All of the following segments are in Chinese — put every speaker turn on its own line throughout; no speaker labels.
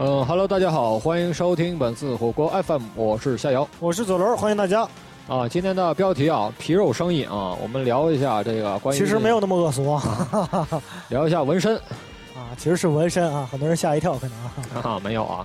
嗯哈喽，大家好，欢迎收听本次火锅 FM，我是夏瑶
我是左轮，欢迎大家。
啊。今天的标题啊，皮肉生意啊，我们聊一下这个关于
其实没有那么恶 俗啊，
聊一下纹身
啊，其实是纹身啊，很多人吓一跳可能啊。
啊，没有啊。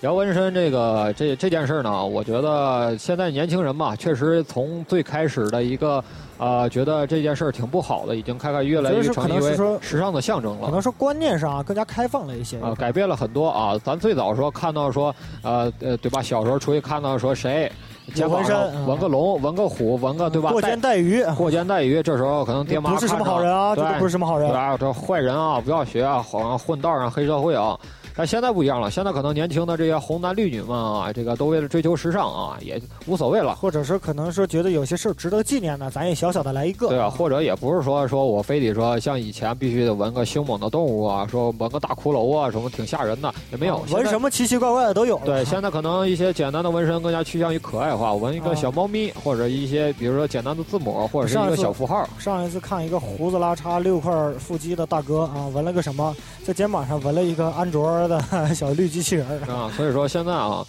聊纹身这个这这件事儿呢，我觉得现在年轻人嘛，确实从最开始的一个呃，觉得这件事儿挺不好的，已经开始越来越
我觉得是
成
可能
为
是说
时尚的象征
可
了。
能说观念上啊更加开放了一些
啊、改变了很多啊！咱最早说看到说，呃呃，对吧？小时候出去看到说谁肩膀上
有纹身啊
纹个龙、纹个虎、纹个对吧？
过
带
肩带鱼，
过肩带鱼，这时候可能爹妈
不是什么
看着
好人啊，这
对
都不是什么好
对
人。
吧？这坏人啊，不要学啊，混混道上黑社会啊。但现在不一样了，现在可能年轻的这些红男绿女们啊，这个都为了追求时尚啊，也无所谓了，
或者是可能说觉得有些事儿值得纪念呢，咱也小小的来一个。
对啊，或者也不是说说我非得说像以前必须得纹个凶猛的动物啊，说纹个大骷髅啊什么挺吓人的，也没有
啊。
现
纹
在
什么奇奇怪怪的都有了。
对，现在可能一些简单的纹身更加趋向于可爱化，纹一个
啊
小猫咪，或者一些比如说简单的字母，或者是
上
一个
次
小符号。
上一次看一个胡子拉碴六块腹肌的大哥啊，纹了个什么，在肩膀上纹了一个安卓的 小绿机器人儿。
啊，所以说现在啊，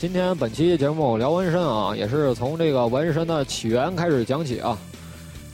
今天本期节目聊纹身啊，也是从这个纹身的起源开始讲起啊。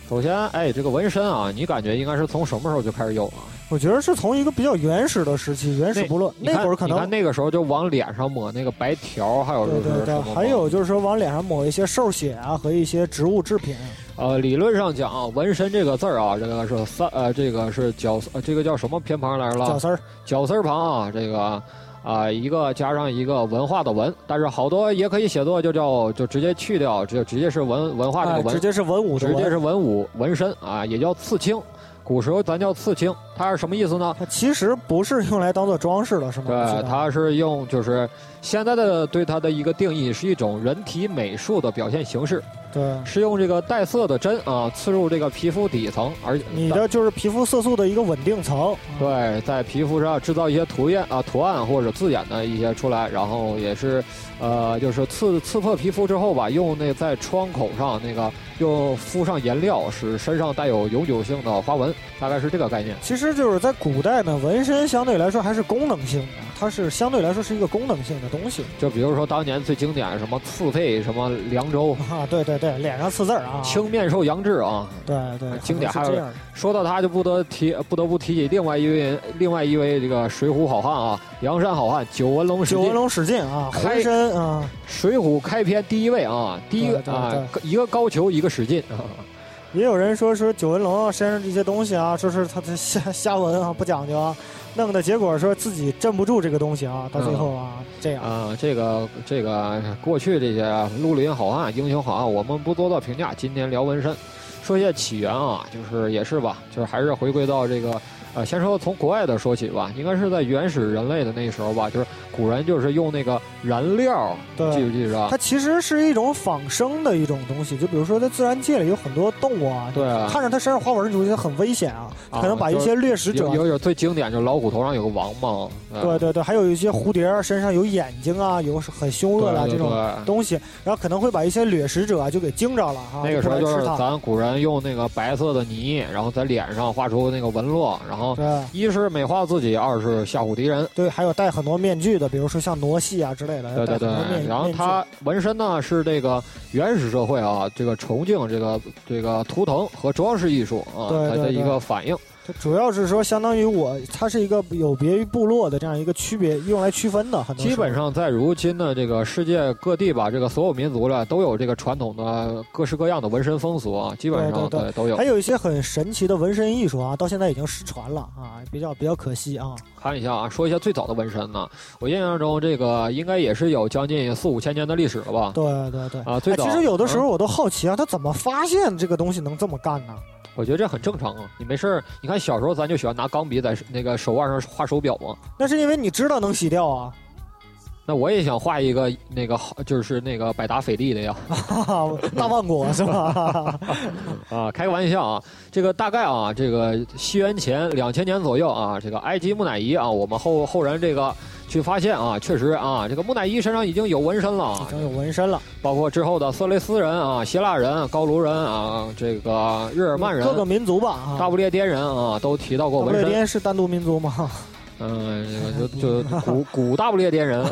首先，哎，这个纹身啊，你感觉应该是从什么时候就开始有了？啊
我觉得是从一个比较原始的时期，原始部落
你看
会儿可
你看
能。
那个时候就往脸上抹那个白条，还有就
对
是
对
什
对
么，吗
还有就是说往脸上抹一些兽血啊和一些植物制品，
呃，理论上讲啊，纹身这个字儿啊，这个是三呃，这个是绞丝呃，这个叫什么偏旁来着了
绞？丝儿。
绞丝儿旁啊，这个啊、一个加上一个文化的文，但是好多也可以写作就叫就直接去掉，就直接是文文化这个
哎，
文
直。接是文武的
直接
文。
是文武纹身啊，也叫刺青。古时候咱叫刺青，它是什么意思呢？
它其实不是用来当做装饰的，是吗？
对，
是吧
它是用就是现在的对它的一个定义是一种人体美术的表现形式，
对
是用这个带色的针啊刺入这个皮肤底层，而
你的就是皮肤色素的一个稳定层。啊，
对在皮肤上制造一些图案啊图案或者字眼的一些出来，然后也是呃就是刺刺破皮肤之后吧，用那在创口上那个用敷上颜料，使身上带有永久性的花纹，大概是这个概念。
其实就是在古代呢，纹身相对来说还是功能性的，它是相对来说是一个功能性的东西
就比如说当年最经典什么刺肺，什么凉州
啊。对对对，脸上刺字儿啊。
青面兽杨志啊。
对对，
经典
可能是这样的。
说到他就不得提，不得不提起另外一位另外一位这个水浒好汉啊，梁山好汉九纹龙史
九纹
进，
龙史进啊，
开
浑身啊，
水浒开篇第一位啊，第一个
对对
啊，一个高俅，一个史进啊，
也有人说说九纹龙身上这些东西啊，说是他这瞎瞎纹啊，不讲究啊，弄的结果说自己镇不住这个东西啊，到最后啊这样。
啊，这个这个过去这些啊绿林好汉、英雄好汉，我们不多做评价。今天聊纹身，说一下起源啊，就是也是吧，就是还是回归到这个呃，先说从国外的说起吧，应该是在原始人类的那时候吧，就是古人就是用那个燃料，
对
记不记着啊？
它其实是一种仿生的一种东西，就比如说在自然界里有很多动物啊，
对啊
看着它身上花纹，你就觉得很危险啊，
啊
可能把一些掠食者
有，有有最经典就是老虎头上有个王嘛，呃
对对对，还有一些蝴蝶身上有眼睛啊，有很凶恶的啊
对对
这种
对
东西，然后可能会把一些掠食者啊就给惊着了哈，
那个时
就
候
不
就
来
是
吃它。
咱古人用那个白色的泥，然后在脸上画出那个纹路，然后
对
一是美化自己，二是吓唬敌人。
对，还有戴很多面具的，比如说像傩戏啊之类的，
对对
戴很多面
对，然后
面具
他纹身呢是这个原始社会啊，这个崇敬这个这个图腾和装饰艺术啊，
对
它
对
的一
对
个反应。
它主要是说，相当于我，它是一个有别于部落的这样一个区别，用来区分的。很多时候
基本上在如今的这个世界各地吧，这个所有民族了都有这个传统的各式各样的纹身风俗啊，基本上
对对对
都有
还。有一些很神奇的纹身艺术啊，到现在已经失传了啊，比较比较可惜啊。
看一下啊，说一下最早的纹身呢，我印象中这个应该也是有将近四五千年的历史了吧？
对对对。
啊，最
哎
早、
其实有的时
嗯
候我都好奇啊，他怎么发现这个东西能这么干呢？
我觉得这很正常啊。你没事儿，你看小时候咱就喜欢拿钢笔在那个手腕上画手表嘛。
那是因为你知道能洗掉啊，
那我也想画一个那个好，就是那个百达翡丽的呀。
哈哈，大万国是吧？
啊，开个玩笑啊，这个大概啊，这个西元前两千年左右啊，这个埃及木乃伊啊，我们后后人这个去发现啊，确实啊，这个木乃伊身上已经有纹身了
已
啊，
经有纹身了，
包括之后的色雷斯人啊、希腊人、高卢人啊、这个日耳曼人
各、个民族吧啊。
大不列颠人啊，都提到过
大不
纹
列
身。
颠是单独民族吗？
嗯，这个 就就古古大不列颠人，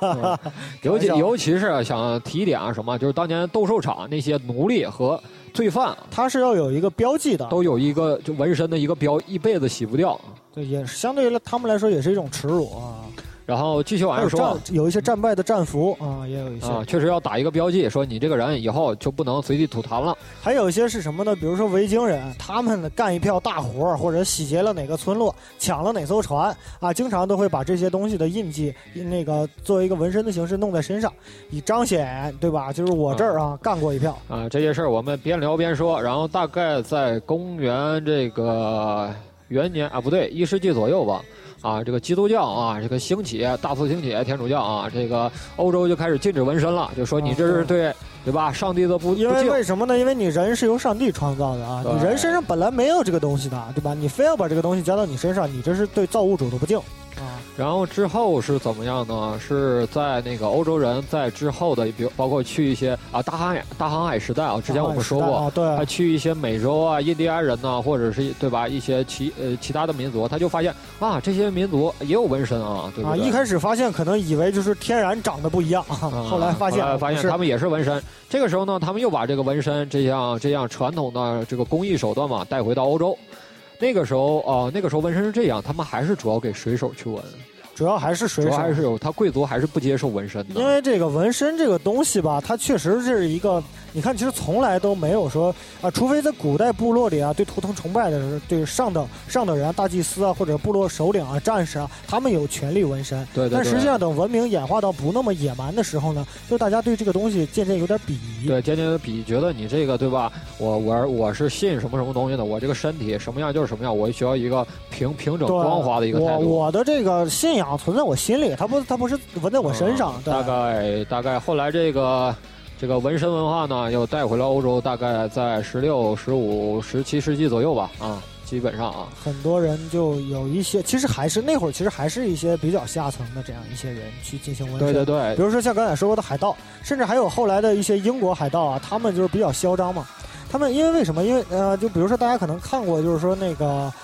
嗯尤其
开玩笑
尤其是想提一点啊，什么就是当年斗兽场那些奴隶和罪犯
它是要有一个标记的，
都有一
啊
个就纹身的一个标，一辈子洗不掉。
对，也是相对于他们来说也是一种耻辱啊。
然后继续往
还
下
有
说啊
战，有一些战败的战俘啊，也有一些，
啊，确实要打一个标记，说你这个人以后就不能随地吐痰了。
还有一些是什么呢？比如说维京人，他们干一票大活儿，或者洗劫了哪个村落，抢了哪艘船啊，经常都会把这些东西的印记，那个作为一个纹身的形式弄在身上，以彰显，对吧？就是我这儿啊干过一票，
啊，这些事儿我们边聊边说，然后大概在公元这个元年啊，不对，一世纪左右吧。啊，这个基督教啊，这个兴起，大肆兴起，天主教啊，这个欧洲就开始禁止纹身了，就说你这是
啊
对、对吧？上帝的不不
因为
敬。
为什么呢？因为你人是由上帝创造的啊，
对
你人身上本来没有这个东西的，对吧？你非要把这个东西加到你身上，你这是对造物主的不敬啊。
然后之后是怎么样呢？是在那个欧洲人在之后的，比如包括去一些啊大航海大航海时代啊，之前我们说过，
啊，对，
他去一些美洲啊、印第安人呐、或者是对吧，一些其呃其他的民族，他就发现啊，这些民族也有纹身啊，对不
啊，
对？
一开始发现可能以为就是天然长得不一样，
啊
后来发现
后来发
不
现
是
他们也是纹身。这个时候呢，他们又把这个纹身这样这样传统的这个工艺手段嘛带回到欧洲。那个时候啊、呃那个时候纹身是这样，他们还是主要给水手去纹，
主要还是水
主
手，
要还是有他贵族还是不接受纹身的。
因为这个纹身这个东西吧，它确实是一个，你看，其实从来都没有说啊，除非在古代部落里啊，对图腾崇拜的人，对上等上等人啊、大祭司啊，或者部落首领啊、战士啊，他们有权利纹身。
对对对，
但实际上，等文明演化到不那么野蛮的时候呢，就大家对这个东西渐渐有点鄙夷。
对，天天比觉得你这个对吧？我我我是信什么什么东西的，我这个身体什么样就是什么样，我需要一个平平整
对
光滑的一个态
我
度。
我的这个信仰存在我心里，它不它不是纹在我身上。
嗯
对
大概大概后来这个这个纹身文化呢，又带回了欧洲，大概在十六、十五、十七世纪左右吧，啊，基本上啊，
很多人就有一些，其实还是那会儿，其实还是一些比较下层的这样一些人去进行纹身。
对对
比
对，
如说像刚才说过的海盗，甚至还有后来的一些英国海盗啊，他们就是比较嚣张嘛。他们因为为什么？因为呃，就比如说大家可能看过，就是说那个啊、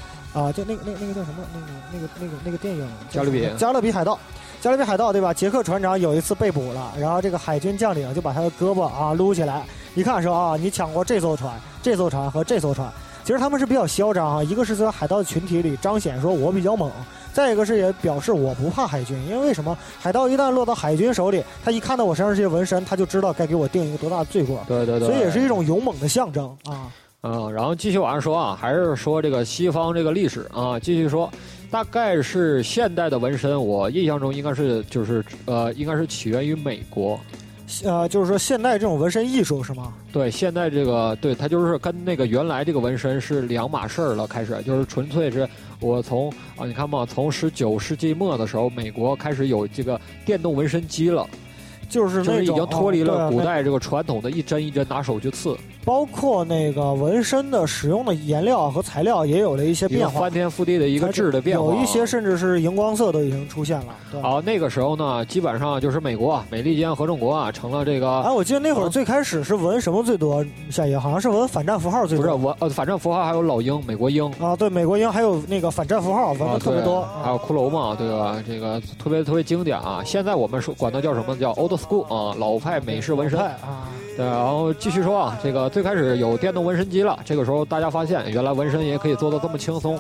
就那个那个那个叫什么？那个那个那个那个电影《
加勒比
加勒比海盗》。加勒比海盗对吧？杰克船长有一次被捕了，然后这个海军将领就把他的胳膊啊撸起来，一看说啊，你抢过这艘船、这艘船和这艘船。其实他们是比较嚣张啊，一个是在海盗群体里彰显说我比较猛，再一个是也表示我不怕海军，因为为什么海盗一旦落到海军手里，他一看到我身上这些纹身，他就知道该给我定一个多大的罪过，
对对对，
所以也是一种勇猛的象征啊。
嗯，然后继续往下说啊，还是说这个西方这个历史啊，继续说，大概是现代的纹身，我印象中应该是就是呃，应该是起源于美国。
呃，就是说现代这种纹身艺术是吗？
对，现在这个对它就是跟那个原来这个纹身是两码事儿了，开始就是纯粹是我从啊，你看嘛，从十九世纪末的时候，美国开始有这个电动纹身机了，
就是
就
那
是
种
已经脱离
啊
了
对
古
啊
代这个传统的一针一针拿手去刺，
那包括那个纹身的使用的颜料和材料也有了一些
一个
变化
翻，天覆地的一个质的变化啊。
有一些甚至是荧光色都已经出现了。对，
啊，那个时候呢，基本上就是美国啊美利坚合众国啊成了这个
哎，我记得那会
啊
儿最开始是纹什么最多？夏爷好像是纹反战符号最
不是
多。
我呃，反正符号还有老鹰、美国鹰。
啊，对，美国鹰还有那个反战符号纹
啊，
的特别
对
多。
还有骷髅嘛，对吧？这个特别特别经典啊！现在我们说管它叫什么？叫 old school 啊，老派美式纹身。
老派啊，
对，然后继续说啊，这个最开始有电动纹身机了，这个时候大家发现原来纹身也可以做到这么轻松。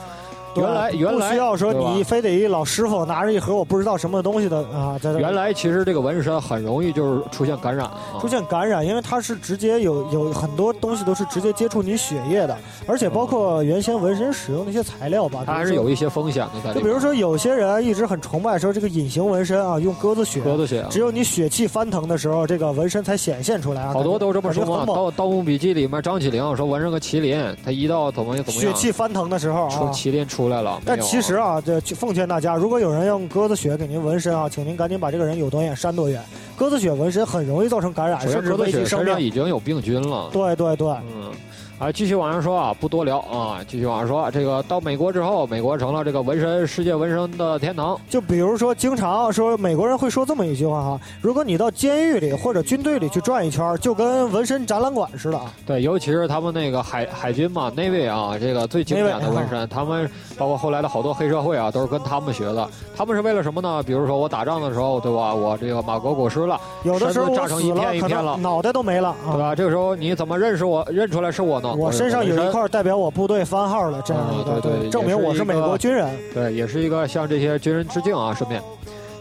对
原来原
不需
来
要说
对吧
你非得一老师傅拿着一盒我不知道什么东西的啊，在这
原来其实这个纹身很容易就是出现感染啊，
出现感染，因为它是直接有有很多东西都是直接接触你血液的，而且包括原先纹身使用的一些材料吧，
嗯它还是
比如
有
说。
一些风险的在里面。
就比如说有些人一直很崇拜说这个隐形纹身啊，用鸽子血，
鸽子血啊，
只有你血气翻腾的时候，这个纹身才显现出来啊。
好多都这么说
感觉
嘛。
很猛
盗《盗墓笔记》里面张起灵说纹上个麒麟，他一到怎么怎么
血
样，啊
气翻腾的时候
出
啊。
麒麟出来了。没
但
有啊
其实啊，这去奉劝大家，如果有人用鸽子血给您纹身啊，请您赶紧把这个人有多远扇多远。鸽子血纹身很容易造成感染，
首先
甚至
鸽子
危
血
及生
身上
命。
已经有病菌了。
对对对，
嗯，啊，继续往上说啊，不多聊啊，继续往上说，这个到美国之后，美国成了这个纹身世界纹身的天堂。
就比如说，经常说美国人会说这么一句话哈：如果你到监狱里或者军队里去转一圈，就跟纹身展览馆似的啊。
对，尤其是他们那个海海军嘛，Navy 啊，这个最经典的纹身，他们包括后来的好多黑社会啊，都是跟他们学的。他们是为了什么呢？比如说我打仗的时候，对吧？我这个马革裹尸了，
有的时
身
候
子
我
炸成
死
一片一
可
片了
能脑袋都没了
对
啊。
吧？这个时候你怎么认识我？认出来是我呢？
我
是
身上
纹
有
身
一块代表我部队番号的这样一
啊
个，
对对也
证明
是
我
一
是美
个
国军人。
对，也是一个向这些军人致敬啊。顺便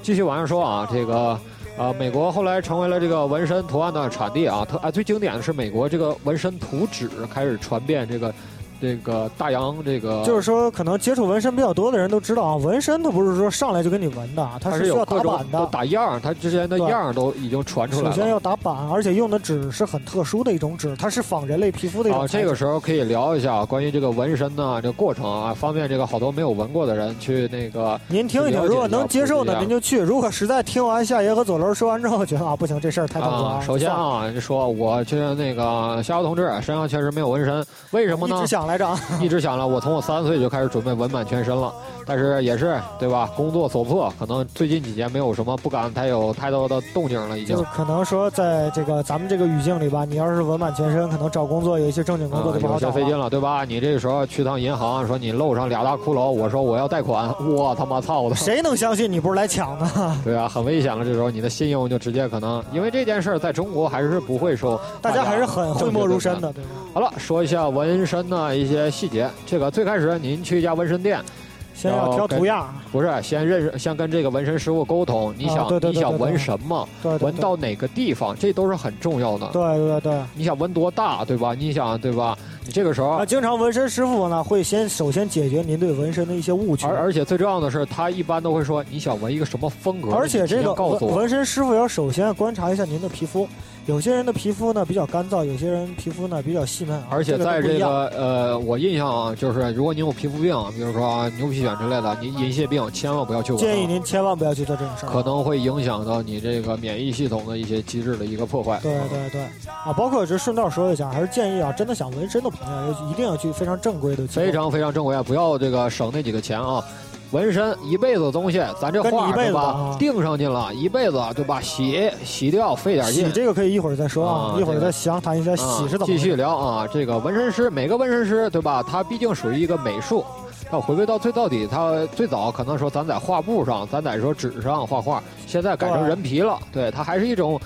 继续往上说啊，这个呃，美国后来成为了这个纹身图案的产地啊。特啊，最经典的是美国这个纹身图纸开始传遍这个这个大洋这个，
就是说，可能接触纹身比较多的人都知道啊，纹身它不是说上来就给你纹的啊，它
它
是需
有
要
各
打
种
版
都
的。
打样儿，它之前的
对
样儿都已经传出来
首先
了。
要打版，而且用的纸是很特殊的一种纸，它是仿人类皮肤的一
啊，
种材质。
这个时候可以聊一下关于这个纹身呢这个过程啊，方便这个好多没有纹过的人去那个
您听一听，
了解
如果
一下
能接受
普及一
呢，
下
您就去；如果实在听完夏爷和左轮说完之后，觉得啊不行，这事儿太痛苦
啊
了。，
首先
算了，
啊，就说我觉得那个逍遥同志身上确实没有纹身，为什么呢
一直？想来着啊，
一直想了，我从我三岁就开始准备纹满全身了，但是也是对吧？工作所迫，可能最近几年没有什么不敢太有太多的动静了，已经
就是。可能说在这个咱们这个语境里吧，你要是纹满全身，可能找工作有一些正经工作
啊
就不
有
好找
些费
了。
劲了，对吧？你这时候去趟银行，说你露上俩大骷髅，我说我要贷款，我他妈操的！
谁能相信你不是来抢的？
对啊，很危险了。这时候你的信用就直接可能，因为这件事儿在中国还是不会受
大家还是很讳莫如深
的。
的，对吧？
好了，说一下纹身的一些细节。这个最开始啊您去一家纹身店，
先要挑图样，
不是先认识，先跟这个纹身师傅沟通，你
啊
想、
对对对
你想
对对
纹什么，
对对
纹
对
到哪个地方，这都是很重要的。
对对对对。
你想纹多大，对吧？你想对吧？你这个时候
啊，，经常纹身师傅呢会先首先解决您对纹身的一些误区，
而而且最重要的是，他一般都会说你想纹一个什么风格，
而
你
且
提
这
前
个
告
纹
诉我。
纹身师傅要首先观察一下您的皮肤，有些人的皮肤呢比较干燥，有些人皮肤呢比较细嫩啊，
而且
个都
在
不一
这
样
个呃，我印象啊，就是如果你有皮肤病，比如说啊牛皮癣之类的，你银屑病千万不要去纹啊，
建议您千万不要去做这种事儿。
可能会影响到你这个免疫系统的一些机制的一个破坏。
对对对，啊，包括这顺道说一下，还是建议啊，真的想纹身的朋友，一定要去非常正规的机构，
非常非常正规啊，不要这个省那几个钱啊。纹身一辈子的东西，咱这
跟你
画
一辈
对
子的
吧
啊？
定上去了，一辈子对吧？洗洗掉，费点劲
洗。这个可以一会儿再说
啊
啊，一
这
会儿
个
再详谈一下洗是
啊
怎么
继
回
续
事。
聊啊，这个纹身师，每个纹身师对吧？他毕竟属于一个美术。那回归到最到底，他最早可能说咱在画布上，咱在说纸上画画，现在改成
对
人皮了。对，它还是一种，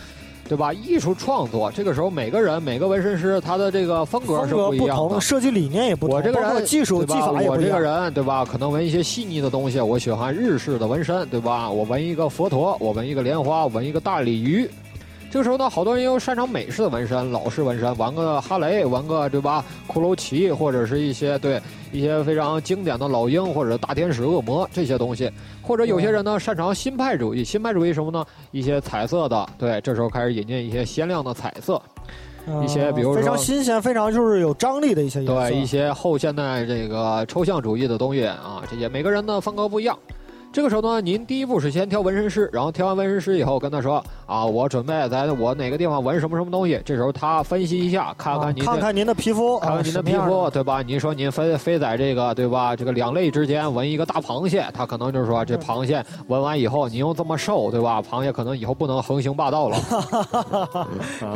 对吧？艺术创作。这个时候，每个人每个纹身师他的这个风格
风
是
格
不一
不
样的
同，。设计理念也不同，
我这个
包括
人
技术
对
技
吧？
法也
我
不一
这个
样。
人对吧？可能纹一些细腻的东西，啊我喜欢日式的纹身，对吧？我纹一个佛陀，我纹一个莲花，我纹一个大鲤鱼。这个时候呢，好多人又擅长美式的纹身、老式纹身，玩个哈雷，玩个对吧？骷髅旗，或者是一些对一些非常经典的老鹰或者大天使、恶魔这些东西，或者有些人呢擅长新派主义，新派主义什么呢？一些彩色的，对，这时候开始引进一些鲜亮的彩色，一些
呃
比如
非常
说
新鲜、非常就是有张力的一些颜色。
对一些后现代这个抽象主义的东西啊，这些每个人的风格不一样。这个时候呢，您第一步是先挑纹身师，然后挑完纹身师以后跟他说啊，我准备在我哪个地方纹什么什么东西。这时候他分析一下，看
啊
看您
看
的。
看您的皮肤，
看
啊
看您的
什么
皮
样
肤，对吧？您说您非非在这个，对吧？这个两肋之间纹一个大螃蟹，他可能就是说
嗯
这螃蟹纹完以后，您又这么瘦，对吧？螃蟹可能以后不能横行霸道了，
可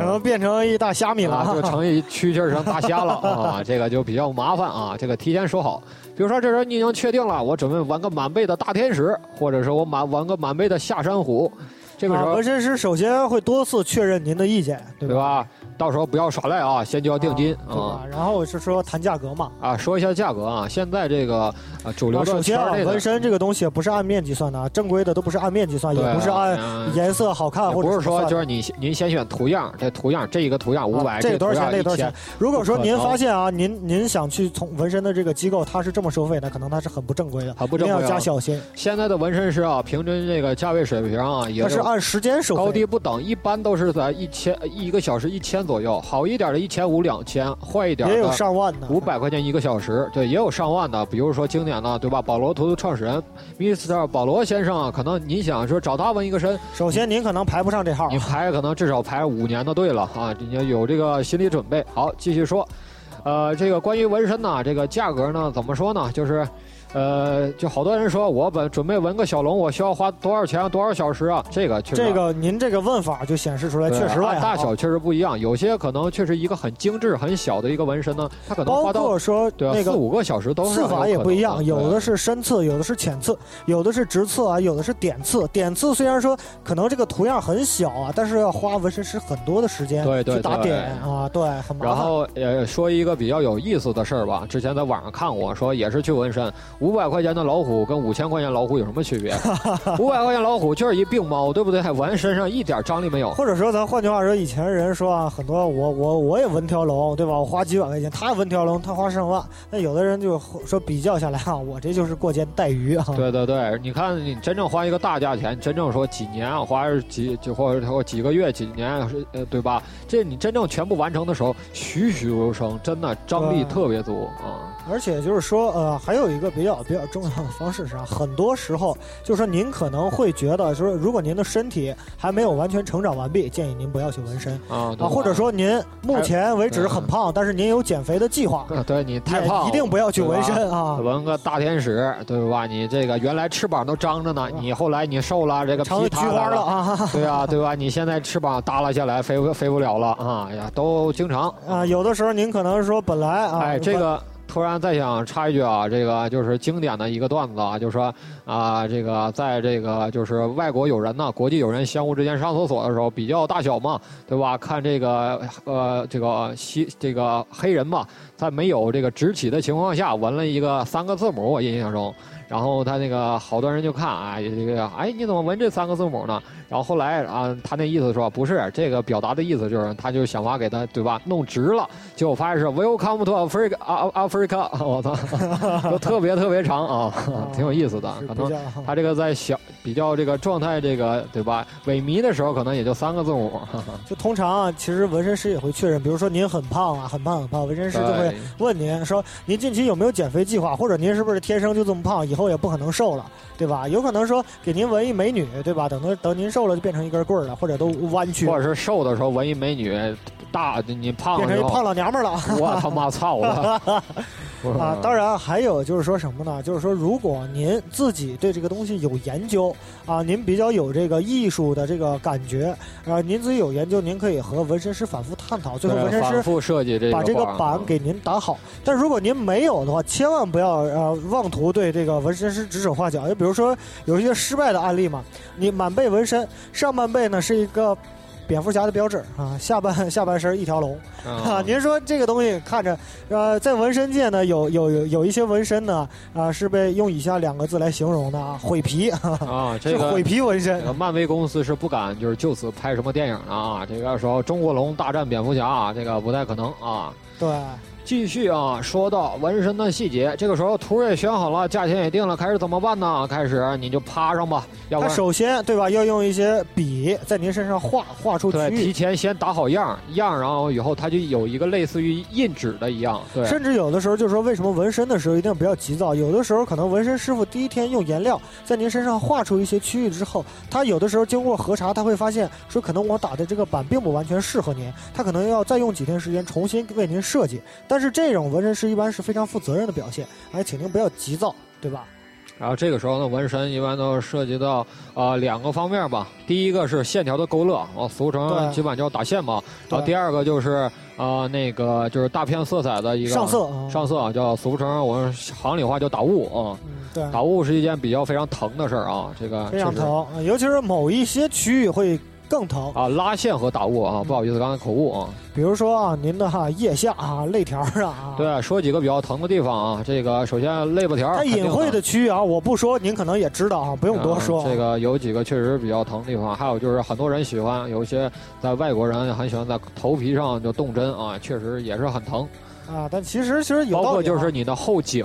能变成一大虾米了。
啊啊，就成一蛐蛐儿成大 虾了啊，这个就比较麻烦啊。这个提前说好，比如说这时候你已经确定了，我准备玩个满背的大天使，或者是我满玩个满背的下山虎， 这个时
啊，
候、
纹身师首先会多次确认您的意见，对
对
吧？
吧？到时候不要耍赖啊，先交
要
定金
对
啊
吧？然后是说谈价格嘛。
啊说一下价格啊，现在这个呃主流
啊首
的
先
圈
啊，
儿内的
纹身这个东西不是按面积算的，啊，正规的都不是按面积算，
对
也不是按
嗯
颜色好
也
看或者
不是
什
说
么算的
就是你您先选图样，这图样这一个图样五百、
啊这个多少
图
钱？
样
那个多少
1000
钱？？如果说您
不可能
发现啊，您您想去从纹身的这个机构，它是这么收费的，可能它是很不正规的，
很不
一定
正
要
规啊
加小心。
现在的纹身师啊，平均这个价位水平啊，也
它
就是
按时间收费的，
高低不等，一般都是在一千一个小时一千左右，好一点的一千五两千，坏一点
也有
的
上万的，
五百块钱一个小时，对，也有上万的，比如说经典的，对吧？保罗图的创始人 Mr. 保罗先生啊，可能你想说找他纹一个身，
首先您可能排不上这号
你，排可能至少排五年的队了啊，你要有这个心理准备。好，继续说。呃，这个关于纹身呢，这个价格呢，怎么说呢？就是，呃，就好多人说我本准备纹个小龙，我需要花多少钱、多少小时啊？这个确实
这个您这个问法就显示出来，
对
哎确实外
按
行
大小确实不一样，有些可能确实一个很精致、很小的一个纹身呢，它可能
包
花到
括说
对啊
那
四
个
五个小时都是
刺
很
法
有
也
可
不一
能
样，有
对
的是深刺，有的是浅刺，有的是直刺啊，有的是点刺。点刺虽然说可能这个图样很小啊，但是要花纹身师很多的时间
对对
去打
对
点啊，对，很麻
然
烦。
后呃，说一个比较有意思的事儿吧。之前在网上看过，说也是去纹身，五百块钱的老虎跟五千块钱老虎有什么区 别？五百块钱老虎就是一病猫，对不对？纹身上一点张力没有。
或者说，咱换句话说，以前人说啊，很多我我我也纹条龙，对吧？我花几百块钱，他纹条龙，他花上万。那有的人就说比较下来啊，我这就是过肩带鱼啊。
对对对，你看你真正花一个大价钱，真正说几年啊，花几就或者说几个月、几年啊，是呃，对吧？这你真正全部完成的时候，栩栩如生，真的张力
对
特别足啊。
而且就是说，呃，还有一个比较比较重要的方式是啊，很多时候就是说您可能会觉得，就是如果您的身体还没有完全成长完毕，建议您不要去纹身
啊，对
啊，或者
吧
说您目前为止
还
很胖，但是您有减肥的计划，
啊对你太
也
胖了，
哎一定不要去
对吧
纹身啊。
纹个大天使，对吧？你这个原来翅膀都张着呢，你后来你瘦了，这个皮
嗯成了菊
塌
花了
了，
啊
对啊，对吧？你现在翅膀耷拉下来，飞不飞不了了啊哎呀，都经常
啊！有的时候您可能说本来啊，
哎，这个突然再想插一句啊，这个就是经典的一个段子啊，就说啊，这个在这个就是外国友人呢，国际友人相互之间上厕所的时候比较大小嘛，对吧？看这个呃这个西这个黑人嘛，在没有这个直起的情况下纹了一个三个字母，我印象中。然后他那个好多人就看啊，这个哎你怎么纹这三个字母呢？然后后来啊，他那意思说不是这个表达的意思就是他就想法给他对吧弄直了，结果发现是 Welcome to Africa 啊啊 Africa，我操，都 特别特别长啊，挺有意思的
哦是，
可
比
能。
较
他这个在小比较这个状态这个对吧萎靡的时候，可能也就三个字母。
就通常啊，其实纹身师也会确认，比如说您很胖啊，很胖很胖，纹身师就会
对
问您说您近期有没有减肥计划，或者您是不是天生就这么胖，以后也不可能瘦了，对吧？有可能说给您纹一美女，对吧？等到等您瘦了就变成一根棍儿了，或者都弯 曲，
或者是瘦的时候纹一美女，大你胖
变
的时
成一
候
胖，老娘们儿了。
我他妈操了
啊，
嗯
当然还有就是说什么呢？就是说，如果您自己对这个东西有研究啊，您比较有这个艺术的这个感觉啊，您自己有研究，您可以和纹身师反复探讨，最后
对
纹身师
反复设计这啊
把这个
画
板给您打好。但如果您没有的话，千万不要呃妄图对这个纹身师指手画脚。就比如说有一些失败的案例嘛，你满背纹身，上半背呢是一个。蝙蝠侠的标志啊，下半下半身一条龙
啊
啊。 您说这个东西看着，呃，在纹身界呢，有有有有一些纹身呢，啊，是被用以下两个字来形容的啊，毁皮，
啊这
是
个
毁皮纹身
这。个漫威公司是不敢就是就此拍什么电影了啊！这个说中国龙大战蝙蝠侠啊，这个不太可能啊。
对，
继续啊，说到纹身的细节，这个时候图也选好了，价钱也定了，开始怎么办呢？开始你就趴上吧，要不
他
然
首先对吧，要用一些笔在您身上画画出区
对
域
提，前先打好样儿样儿，然后以后它就有一个类似于印纸的一样，对，
甚至有的时候就是说，为什么纹身的时候一定不要急躁？有的时候可能纹身师傅第一天用颜料在您身上画出一些区域之后，他有的时候经过核查，他会发现说，可能我打的这个版并不完全适合您，他可能要再用几天时间重新为您设计。但是这种纹身师一般是非常负责任的表现，哎，请您不要急躁，对吧？
然后这个时候呢，纹身一般都涉及到呃两个方面吧。第一个是线条的勾勒，哦，俗
对
称基本叫打线嘛。
对
然后第二个就是呃那个就是大片色彩的一个
上色啊，
上色啊，叫俗称我们行里话叫打雾啊、
嗯，对。
打雾是一件比较非常疼的事儿啊，这个
非常
确实
疼，呃尤其是某一些区域会更疼，
啊，拉线和打雾啊，不好意思，刚才口误啊。
比如说啊，您的哈、腋下啊、肋条啊，
对，说几个比较疼的地方啊，这个首先肋巴条儿
它
肯定
隐晦
疼
的区域啊，我不说，您可能也知道啊，不用多
嗯
说。
这个有几个确实比较疼的地方，还有就是很多人喜欢，有一些在外国人很喜欢在头皮上就动针啊，确实也是很疼。
啊，但其实其实有
包
道理、
括
啊，
就是你的后颈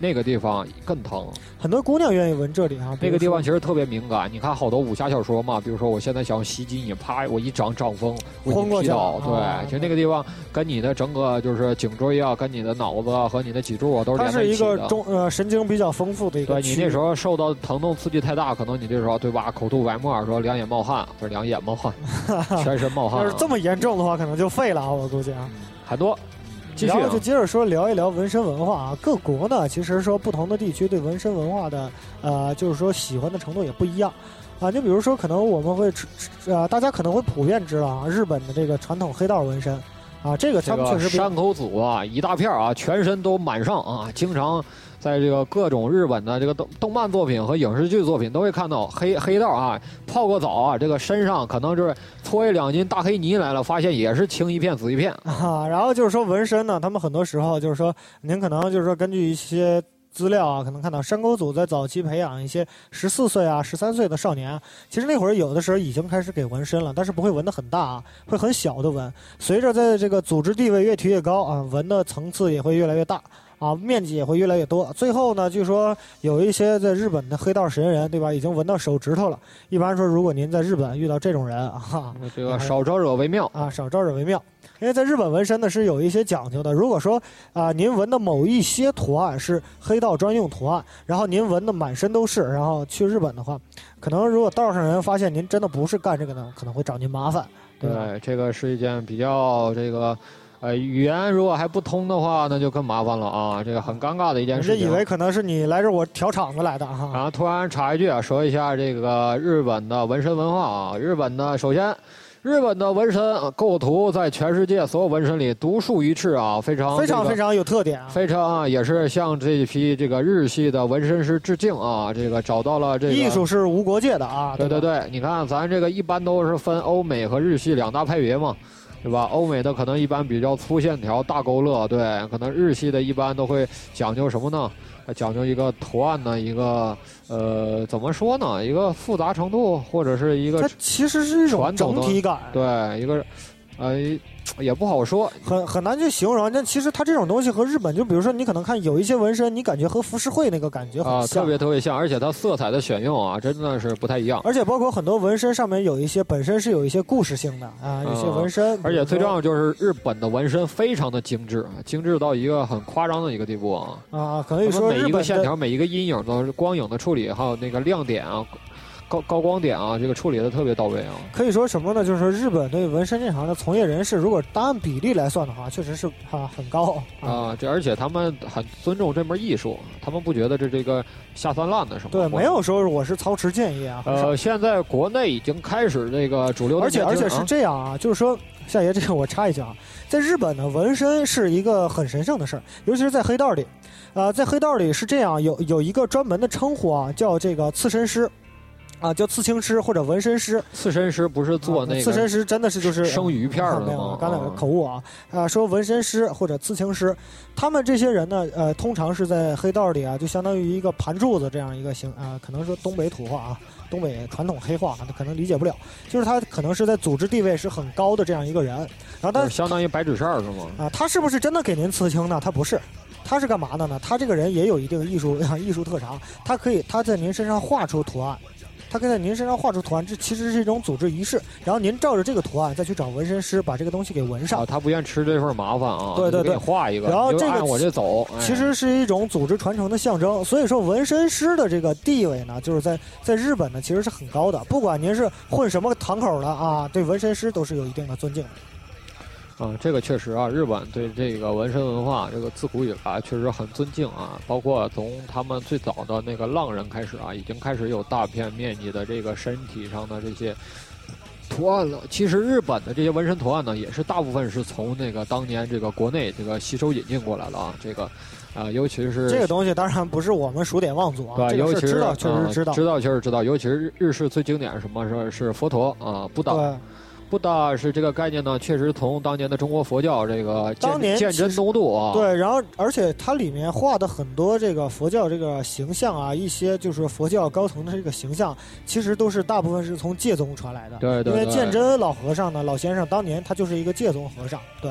那个地方更疼，
很多姑娘愿意闻这里啊，比
那
如
个地方
说
其实特别敏感。你看好多武侠小说嘛，比如说我现在想袭击你，啪，我一掌掌风，我给
昏
你
过
劈
去
倒
了。啊
对，其实那个地方跟你的整个就是颈椎啊，跟你的脑子啊和你的脊柱啊都是
它
连在
是
一
一
起
个
的。
中呃神经比较丰富的一
对
个
你
区域。
那时候受到疼痛刺激太大，可能你这时候对吧，口吐白沫，说两眼冒汗，不是两眼 冒汗，全身冒汗啊，嗯
要是这么严重的话，可能就废了啊，我估计啊。
很多。继续
然后
啊
就接着说聊一聊纹身文化啊，各国呢其实说不同的地区对纹身文化的呃，就是说喜欢的程度也不一样啊。就比如说，可能我们会吃吃呃，大家可能会普遍知道啊，日本的这个传统黑道纹身啊，这个
这
他们确
个
实比较
山口组啊，一大片儿啊，全身都满上啊，经常在这个各种日本的这个动动漫作品和影视剧作品都会看到黑黑道啊，泡过澡啊，这个身上可能就是搓一两斤大黑泥来了，发现也是青一片紫一片。
啊， 然后就是说纹身呢，他们很多时候就是说，您可能就是说根据一些资料啊，可能看到山沟组在早期培养一些十四岁啊、十三岁的少年啊，其实那会儿有的时候已经开始给纹身了，但是不会纹得很大啊，会很小的纹。随着在这个组织地位越提越高啊，纹的层次也会越来越大。啊，面积也会越来越多。啊最后呢，据说有一些在日本的黑道神人，对吧？已经纹到手指头了。一般说，如果您在日本遇到这种人啊，
这个少招惹为妙。
啊，少招惹为妙。因为在日本纹身呢是有一些讲究的，如果说啊、您纹的某一些图案是黑道专用图案，然后您纹的满身都是，然后去日本的话，可能如果道上人发现您真的不是干这个的，可能会找您麻烦，对吧？
对，这个是一件比较这个，呃，语言如果还不通的话，那就更麻烦了啊，这个很尴尬的一件
人
事
家
情。
以为可能是你来这儿我调场子来的哈
然后突然插一句啊，说一下这个日本的纹身文化啊。日本呢，首先，日本的纹身呃构图在全世界所有纹身里独树一帜啊，非常
非
这
常
个
非常有特点啊，
非常啊，也是向这一批这个日系的纹身师致敬啊。这个找到了这个
艺术是无国界的啊，
对对
吧，
对，你看咱这个一般都是分欧美和日系两大派别嘛，对吧？欧美的可能一般比较粗线条、大勾勒，对，可能日系的一般都会讲究什么呢？呃讲究一个图案的一个呃，怎么说呢？一个复杂程度，或者是一
它
个
其实是一种
传统
整
的
体感，
对一个呃，也不好说。
很很难去形容。但其实它这种东西和日本，就比如说你可能看有一些纹身，你感觉和浮世绘那个感觉
啊、
很像，
特别特别像，而且它色彩的选用啊，真的是不太一样。
而且包括很多纹身上面有一些本身是有一些故事性的啊，有些纹身，
而且最重要的
比
就是日本的纹身非常的精致，精致到一个很夸张的一个地步啊。
如说啊，可以
他们
说
每
日
一个
本
线
的
条、每一个阴影的光影的处理，还有那个亮点啊、高高光点啊，这个处理的特别到位啊。
可以说什么呢？就是说日本对纹身这行的从业人士，如果单按比例来算的话，确实是啊很高啊。
啊，这而且他们很尊重这门艺术，他们不觉得这这个下三滥的什么。
对，
或者
没。有说我是操持建议啊，很少
呃，现在国内已经开始这个主流的
而且
年
而
轻
且
人
是
啊
这样啊，就是说，夏爷，这个我插一句啊，在日本呢，纹身是一个很神圣的事儿，尤其是在黑道里，呃，在黑道里是这样，有有一个专门的称呼啊，叫这个刺身师，啊，叫刺青师或者纹身师。
刺身师不是做那
啊刺
个
身师真的是就是
生鱼片儿
没
的
有
吗？
刚才有
啊
个口误啊，啊，说纹身师或者刺青师，他们这些人呢，呃，通常是在黑道里啊，就相当于一个盘柱子这样一个形啊、可能说东北土话啊，东北传统黑话啊，可能理解不了，就是他可能是在组织地位是很高的这样一个人，然后
就
但
是相当于白纸扇儿是吗？
啊，他是不是真的给您刺青呢？他不是，他是干嘛的呢？他这个人也有一定艺术艺术特长，他可以他在您身上画出图案，他可以在您身上画出图案，这其实是一种组织仪式。然后您照着这个图案再去找纹身师把这个东西给纹上
啊，，他不愿吃这份麻烦啊，
对对
就给
对
你画一个，
然后
你就
这个
按我这走。哎
其实是一种组织传承的象征。所以说，纹身师的这个地位呢，就是在在日本呢其实是很高的，不管您是混什么堂口的啊，对纹身师都是有一定的尊敬的。
啊，这个确实啊，日本对这个纹身文化，这个自古以来确实很尊敬啊。包括从他们最早的那个浪人开始啊，已经开始有大片面积的这个身体上的这些图案了。其实日本的这些纹身图案呢，也是大部分是从那个当年这个国内这个吸收引进过来了啊。这个，啊，尤其是
这个东西当然不是我们数典忘祖啊，
对，
这个
尤其
是
是
知道，确实
啊
是知道。
知道确实知道，尤其是日日式最经典是什么是是佛陀啊，不倒
对，
不搭是这个概念呢，确实从当年的中国佛教这个鉴
当年
鉴真东渡啊，
对，然后而且它里面画的很多这个佛教这个形象啊，一些就是佛教高层的这个形象，其实都是大部分是从戒宗传来的。
对对
因为
对
鉴真老和尚呢，老先生当年他就是一个戒宗和尚。对，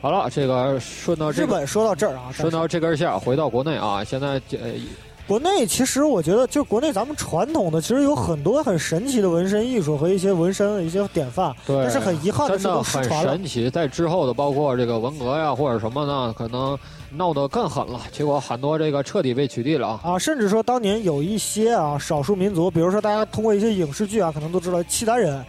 好了，这个顺到啊这
日
个
本说到这儿啊，
顺
但是
到这根线，回到国内啊，现在呃
国内其实我觉得，就国内咱们传统的其实有很多很神奇的纹身艺术和一些纹身的一些典范，
对，
但是很遗憾的
真
是
的
都失
很
传了。
神奇，在之后的包括这个文革呀或者什么呢，可能闹得更狠了，结果很多这个彻底被取缔了啊。
啊，甚至说当年有一些啊少数民族，比如说大家通过一些影视剧啊，可能都知道契丹人。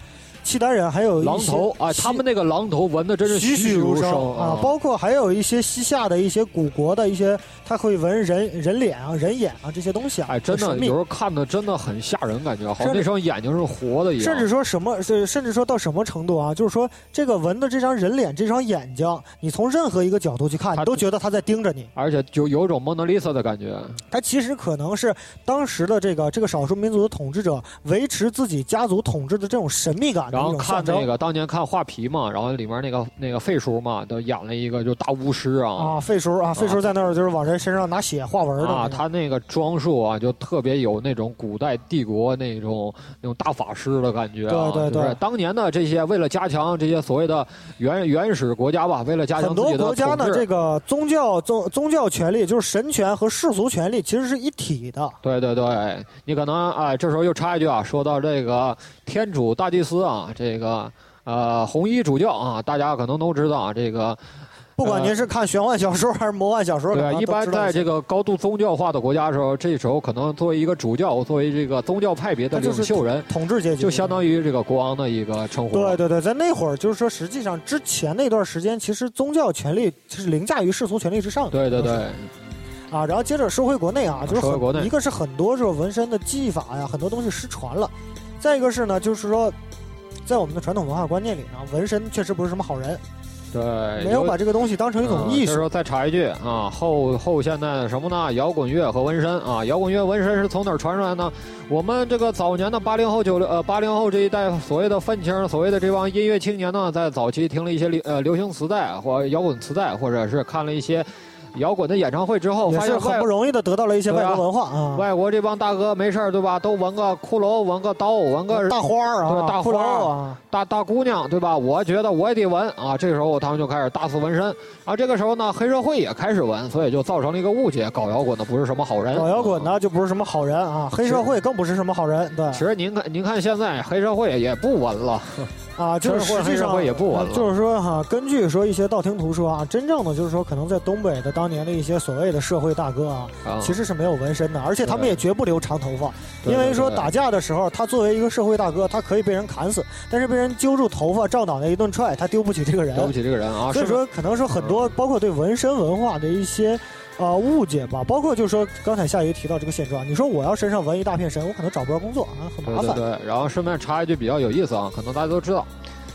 契丹人还有一
狼
些
头啊，
西
他们那个狼头闻的真是
栩栩
如
生啊，包括还有一些西夏的一些古国的一些，他会纹人人脸啊、人眼啊这些东西啊，
哎，真的
很神
有
秘
时候看的真的很吓人，感觉好像
甚至
那双眼睛是活的一样。
甚至说什么，是甚至说到什么程度啊？就是说，这个纹的这张人脸、这双眼睛，你从任何一个角度去看，
它
你都觉得他在盯着你。
而且就有一种蒙娜丽莎的感觉。
他其实可能是当时的这个这个少数民族的统治者维持自己家族统治的这种神秘感的
然后
一啊种
看
象
那
征。
个当年看《画皮》嘛，然后里面那个那个废叔嘛，都演了一个就大巫师啊
啊，费叔啊，费叔在那儿就是往人身上拿血画纹的那
啊，
个
他那个装束啊，就特别有那种古代帝国那种那种大法师的感觉、啊。
对对
就是
对
当年的这些为了加强这些所谓的原原始国家吧，为了加强
很
自
多
己的
国家
统
呢，
治
这个宗教宗宗教权利就是神权和世俗权利其实是一体的。
对对对，你可能哎，这时候又插一句啊，说到这个天主大祭司啊，这个呃红衣主教啊，大家可能都知道啊，这个
不管您是看玄幻小说还是魔幻小说，
对
可
啊，
能
一
都
般
知道
在
些
这个高度宗教化的国家的时候，这时候可能作为一个主教，作为这个宗教派别的
他就
领
是
袖人，
统治阶级，
就相当于这个国王的一个称呼。
对对对，在那会儿就是说，实际上之前那段时间，其实宗教权利是凌驾于世俗权利之上的。
对对
就是
对
啊，然后接着说回国内啊，就是
说回
很
国内
一个是很多这种纹身的技法呀，很多东西失传了；再一个是呢，就是说，在我们的传统文化观念里呢，纹身确实不是什么好人，
对，
没有把这个东西当成一种
哎嗯
艺
这时
术。
候再插一句啊，后后现代的什么呢？摇滚乐和纹身啊，摇滚乐纹身是从哪儿传出来呢？我们这个早年的八零后九零呃八零后这一代所谓的愤青，所谓的这帮音乐青年呢，在早期听了一些流呃流行磁带或摇滚磁带，或者是看了一些摇滚的演唱会之后，
也
发
是
现
很
外
不容易的得到了一些
对
外
啊
国文化啊，
外国这帮大哥没事儿对吧？都纹个骷髅，纹个刀，纹个
大花儿啊，
对大
骷
花儿
髅啊，
大大姑娘，对吧？我觉得我也得纹啊！这时候他们就开始大肆纹身，啊，这个时候呢，黑社会也开始纹，所以就造成了一个误解，搞摇滚的不是什么好人。
搞摇滚
啊。
的就不是什么好人啊，黑社会更不是什么好人，对
其实您看，您看现在黑社会也不纹了，
啊，就是
黑社会
实际
黑社
上
会也不
啊
纹了。
就是说哈、根据说一些道听途说啊，真正的就是说，可能在东北的当年的一些所谓的社会大哥啊，
啊
其实是没有纹身的，而且他们
对
也绝不留长头发，
对
因为
对
说
对
打架的时候，他作为一个社会大哥，他可以被人砍死，但是被人揪住头发照脑袋一顿踹，他丢不起这个人
对。不起这个人啊，
所以
是不是嗯
说，可能说很多包括对纹身文化的一些。呃，误解吧，包括就是说，刚才夏雨提到这个现状，你说我要身上纹一大片神，我可能找不着工作啊，很麻
对对
烦。
对，然后顺便插一句比较有意思啊，可能大家都知道，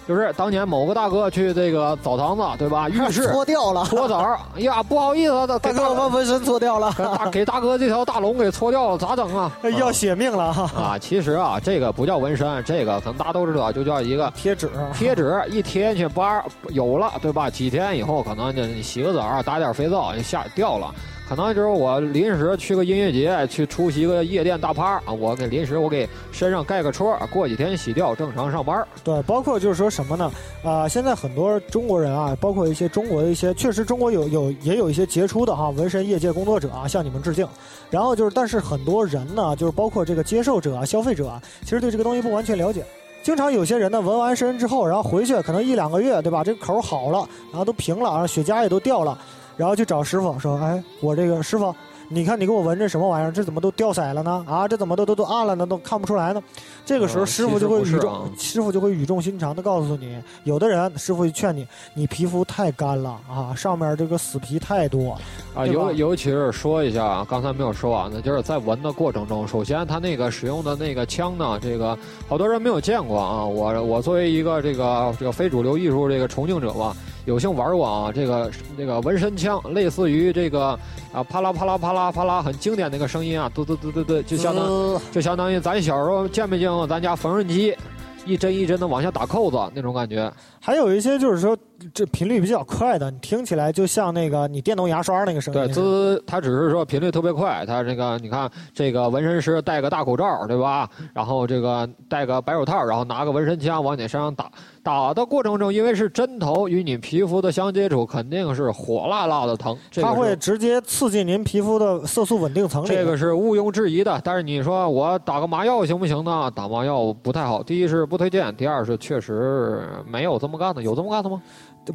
就是当年某个大哥去这个澡堂子，对吧？浴室
搓掉了，
搓澡儿，哎呀，不好意思啊，大
大哥，我把纹身搓掉了，？
给大给大哥这条大龙给搓掉了，咋整啊
要血命了哈。
啊，其实啊，这个不叫纹身，这个可能大家都知道，就叫一个
贴纸啊
贴纸，一贴进去疤儿有了，对吧？几天以后，可能就你洗个澡，啊打点肥皂，就下掉了。可能就是我临时去个音乐节，去出席个夜店大趴啊，我给临时我给身上盖个戳，过几天洗掉，正常上班儿。
对，包括就是说什么呢？啊、现在很多中国人啊，包括一些中国的一些，确实中国有有也有一些杰出的哈纹身业界工作者啊，向你们致敬。然后就是，但是很多人呢，就是包括这个接受者啊、消费者啊，其实对这个东西不完全了解。经常有些人呢，纹完身之后，然后回去可能一两个月，对吧？这个口儿好了，然后都平了，然后血痂也都掉了，然后去找师傅说：“哎，我这个师傅，你看你给我纹这什么玩意儿？这怎么都掉色了呢？啊，这怎么都都都暗了呢？都看不出来呢？”这个时候，
呃
师
其
傅
实
就会
不是
语重、
啊
师傅就会语重心长的告诉你，有的人师傅就劝你，你皮肤太干了啊，上面这个死皮太多，
啊，
对吧
尤尤其是说一下啊，刚才没有说完的，就是在纹的过程中，首先它那个使用的那个枪呢，这个好多人没有见过啊。我我作为一个这个这个非主流艺术这个崇敬者吧，有幸玩过啊，这个这个纹身枪，类似于这个啊啪啦啪啦啪啦啪啦，很经典那个声音啊，嘟嘟嘟嘟嘟，就相当
当
就相当于咱小时候见没见过咱家缝纫机一针一针的往下打扣子那种感觉。
还有一些就是说，这频率比较快的，你听起来就像那个你电动牙刷那个声音。
对，滋，它只是说频率特别快，它这个你看，这个纹身师戴个大口罩，对吧？然后这个戴个白手套，然后拿个纹身枪往你身上打，打的过程中，因为是针头与你皮肤的相接触，肯定是火辣辣的疼，这个
它
是
会直接刺进您皮肤的色素稳定层里。
这个是毋庸置疑的。但是你说我打个麻药行不行呢？打麻药不太好，第一是不推荐，第二是确实没有这么干的，有这么干的吗？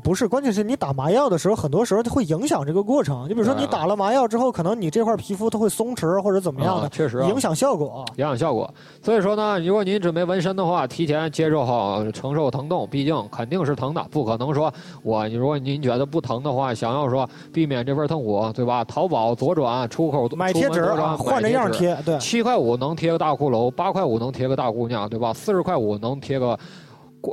不是，关键是你打麻药的时候，很多时候它会影响这个过程。就比如说
对啊
你打了麻药之后，可能你这块皮肤它会松弛或者怎么样
啊
的，
确实啊
影响效果。
影响效果。所以说呢，如果您准备纹身的话，提前接受好呃承受疼痛，毕竟肯定是疼的，不可能说我如果您觉得不疼的话，想要说避免这份痛苦，对吧？淘宝左转出口
买贴纸啊，换着样。
出门左转买
贴，对，
七块五能贴个大骷髅，八块五能贴个大姑娘，对吧？四十块五能啊贴个，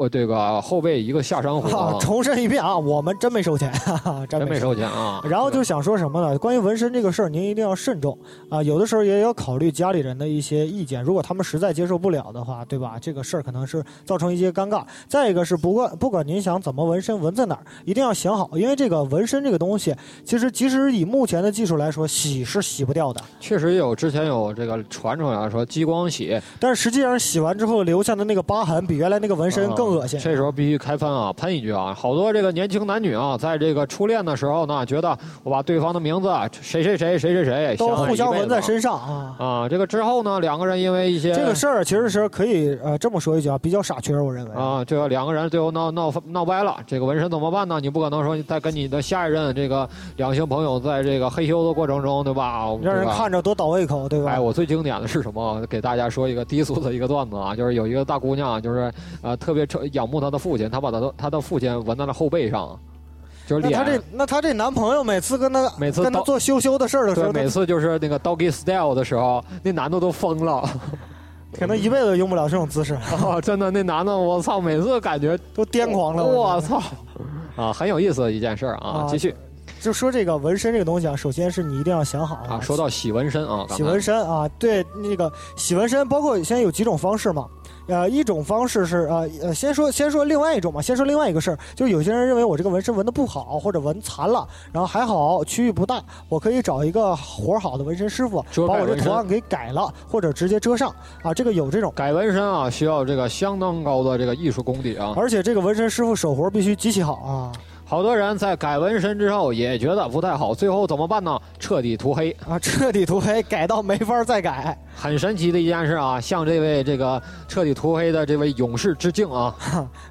呃，这个后背一个下山虎，
啊，重申一遍啊，我们真没收钱， 哈哈，真
真没
没收。
收钱啊。
然后就想说什么呢？关于纹身这个事儿，您一定要慎重啊！有的时候也要考虑家里人的一些意见，如果他们实在接受不了的话，对吧？这个事儿可能是造成一些尴尬。再一个是，不管不管您想怎么纹身，纹在哪儿，一定要想好，因为这个纹身这个东西，其实即使以目前的技术来说，洗是洗不掉的，
确实有之前有这个传出来说激光洗，
但是实际上洗完之后留下的那个疤痕，比原来那个纹身
嗯
更恶心。
这时候必须开喷啊！喷一句啊，好多这个年轻男女啊，在这个初恋的时候呢，觉得我把对方的名字啊谁谁谁谁谁谁
都
相爱
互相
一辈
纹
子
在身上啊。
啊。这个之后呢，两个人因为一些
这个事儿其实是可以呃这么说一句啊，比较傻缺，我认为。
啊，这个两个人最后闹闹闹掰了，这个纹身怎么办呢？你不可能说你再跟你的下一任这个两性朋友在这个嘿咻的过程中，对吧？
让人
对吧
看着多倒胃口，对吧？
哎，我最经典的是什么？给大家说一个低俗的一个段子啊，就是有一个大姑娘，就是呃特别称仰慕她的父亲，她把她的她的父亲纹在了后背上，就是
那
脸
她。这那她这男朋友每次跟她
每次
跟她
到
做羞羞的事儿的时
对，
候，
每
她
次就是那个 doggy style 的时候，那男的都疯了， 哦
可能一辈子都用不了这种姿势，
真的，那男的我操，每次感觉
都癫狂了。
我
觉得！
操，啊，很有意思的一件事儿啊
啊，
继续
就说这个纹身这个东西啊，首先是你一定要想好
啊，说到洗纹身啊，刚才
洗纹身啊，对那个洗纹身，包括现在有几种方式嘛。呃，一种方式是呃呃，先说先说另外一种嘛，先说另外一个事儿，就是有些人认为我这个纹身纹的不好，或者纹残了，然后还好区域不大，我可以找一个活儿好的纹身师傅，
遮盖
把我这
纹身
图案给改了，或者直接遮上啊，这个有这种。
改纹身啊，需要这个相当高的这个艺术功底啊。
而且这个纹身师傅手活必须极其好 啊
好多人在改纹身之后也觉得不太好，最后怎么办呢？彻底涂黑。
啊，彻底涂黑，改到没法再改。
很神奇的一件事啊，向这位这个彻底涂黑的这位勇士致敬啊！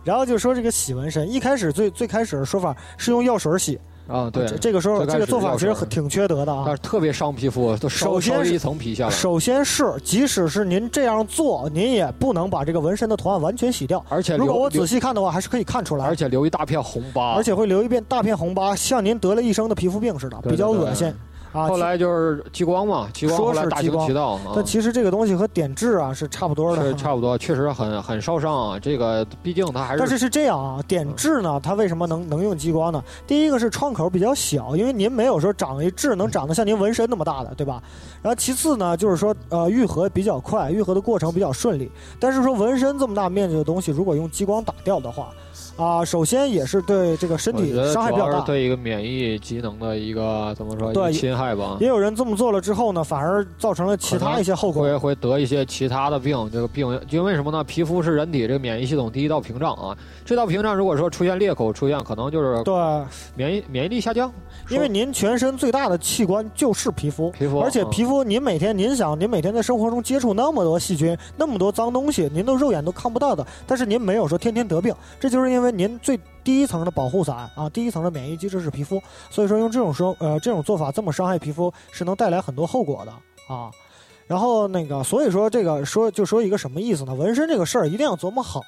然后就说这个洗纹身，一开始最最开始的说法是用药水洗，
啊，对，
这这个说
最开
这个
始
做
是
法
药
其实
水
很挺缺德的啊
但。是特别伤皮肤，都烧
首先
烧了
是
一层皮下来。
首先是，即使是您这样做，您也不能把这个纹身的图案完全洗掉。
而且
如果
留
我
留
仔细看的话，还是可以看出来
而，且留一啊大片红疤，
而且会留一片大片红疤，像您得了一身的皮肤病似的，
对
比较
对对
恶心啊。
后来就是激光嘛，激光
说
后来
是
大
激
行
光
其道
其，
啊
但，其实这个东西和点痣啊是差不多的
是。差不多，确实很很烧伤啊。这个毕竟它还
但
是嗯
是是这样啊，点痣呢，它为什么能能用激光呢？第一个是创口比较小，因为您没有说长一痣
嗯
能长得像您纹身那么大的，对吧？然后其次呢，就是说呃愈合比较快，愈合的过程比较顺利。但是说纹身这么大面积的东西，如果用激光打掉的话，啊、首先也是对这个身体
我觉得
伤害比
主要
较
是
大。
对一个免疫机能的一个怎么说
对
一个侵害吧，
也有人这么做了之后呢，反而造成了其他一些后果
会会得一些其他的病。这个病因为什么呢？皮肤是人体这个免疫系统第一道屏障啊。这道屏障如果说出现裂口出现，可能就是
对，
免疫免疫力下降，
因为您全身最大的器官就是皮肤，
皮肤，
而且
嗯
皮肤，您每天您想，您每天在生活中接触那么多细菌，那么多脏东西，您都肉眼都看不到的。但是您没有说天天得病，这就是因为您最第一层的保护伞啊，第一层的免疫机制是皮肤，所以说用这种说呃这种做法这么伤害皮肤，是能带来很多后果的啊。然后那个，所以说这个说就说一个什么意思呢？纹身这个事儿一定要琢磨好，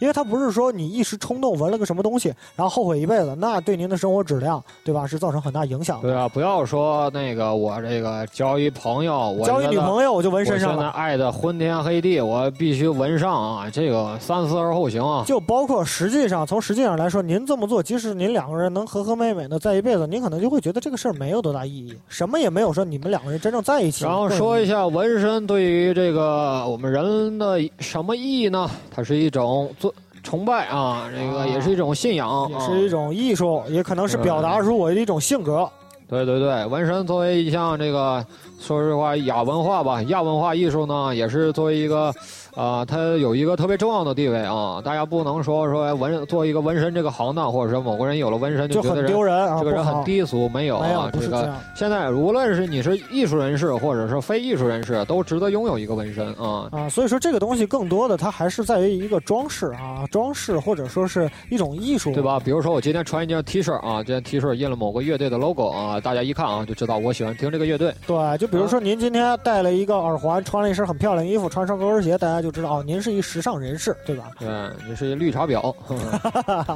因为它不是说你一时冲动纹了个什么东西，然后后悔一辈子，那对您的生活质量，对吧，是造成很大影响的。
对啊，不要说那个我这个交一朋友，我
交一
觉
女
得
朋友我就纹身上
我现
了
在。爱的昏天黑地，我必须纹上啊！这个三思而后行啊。
就包括实际上，从实际上来说，您这么做，即使您两个人能和和美美的在一辈子，您可能就会觉得这个事儿没有多大意义，什么也没有说你们两个人真正在一起。
然后
嗯
说一下纹身对于这个我们人的什么意义呢？它是一种尊崇拜啊，这个
啊
也是一种信仰，啊
也是
种。
一种艺术，也可能是表达出我的一种性格。
对对对，纹身作为一项这个，说实话亚文化吧，亚文化艺术呢，也是作为一个，啊、它有一个特别重要的地位啊。大家不能说说哎纹做一个纹身这个行当，或者说某个人有了纹身
就
觉得
很
人
丢人啊，
这个人
不
很
好
低俗，没有
没有
啊，
不是
这
这
个
样，
现在无论是你是艺术人士，或者是非艺术人士，都值得拥有一个纹身啊。
啊，所以说这个东西更多的它还是在于一个装饰啊，装饰或者说是一种艺术，
对？吧？比如说我今天穿一件 T 恤啊，这件 T 恤印了某个乐队的 logo 啊，大家一看啊就知道我喜欢听这个乐队。
对，就比如说您今天戴了一个耳环，穿了一身很漂亮衣服，穿上高跟鞋，大家就知道哦，您是一时尚人士，对吧？
对，嗯这是一绿茶婊，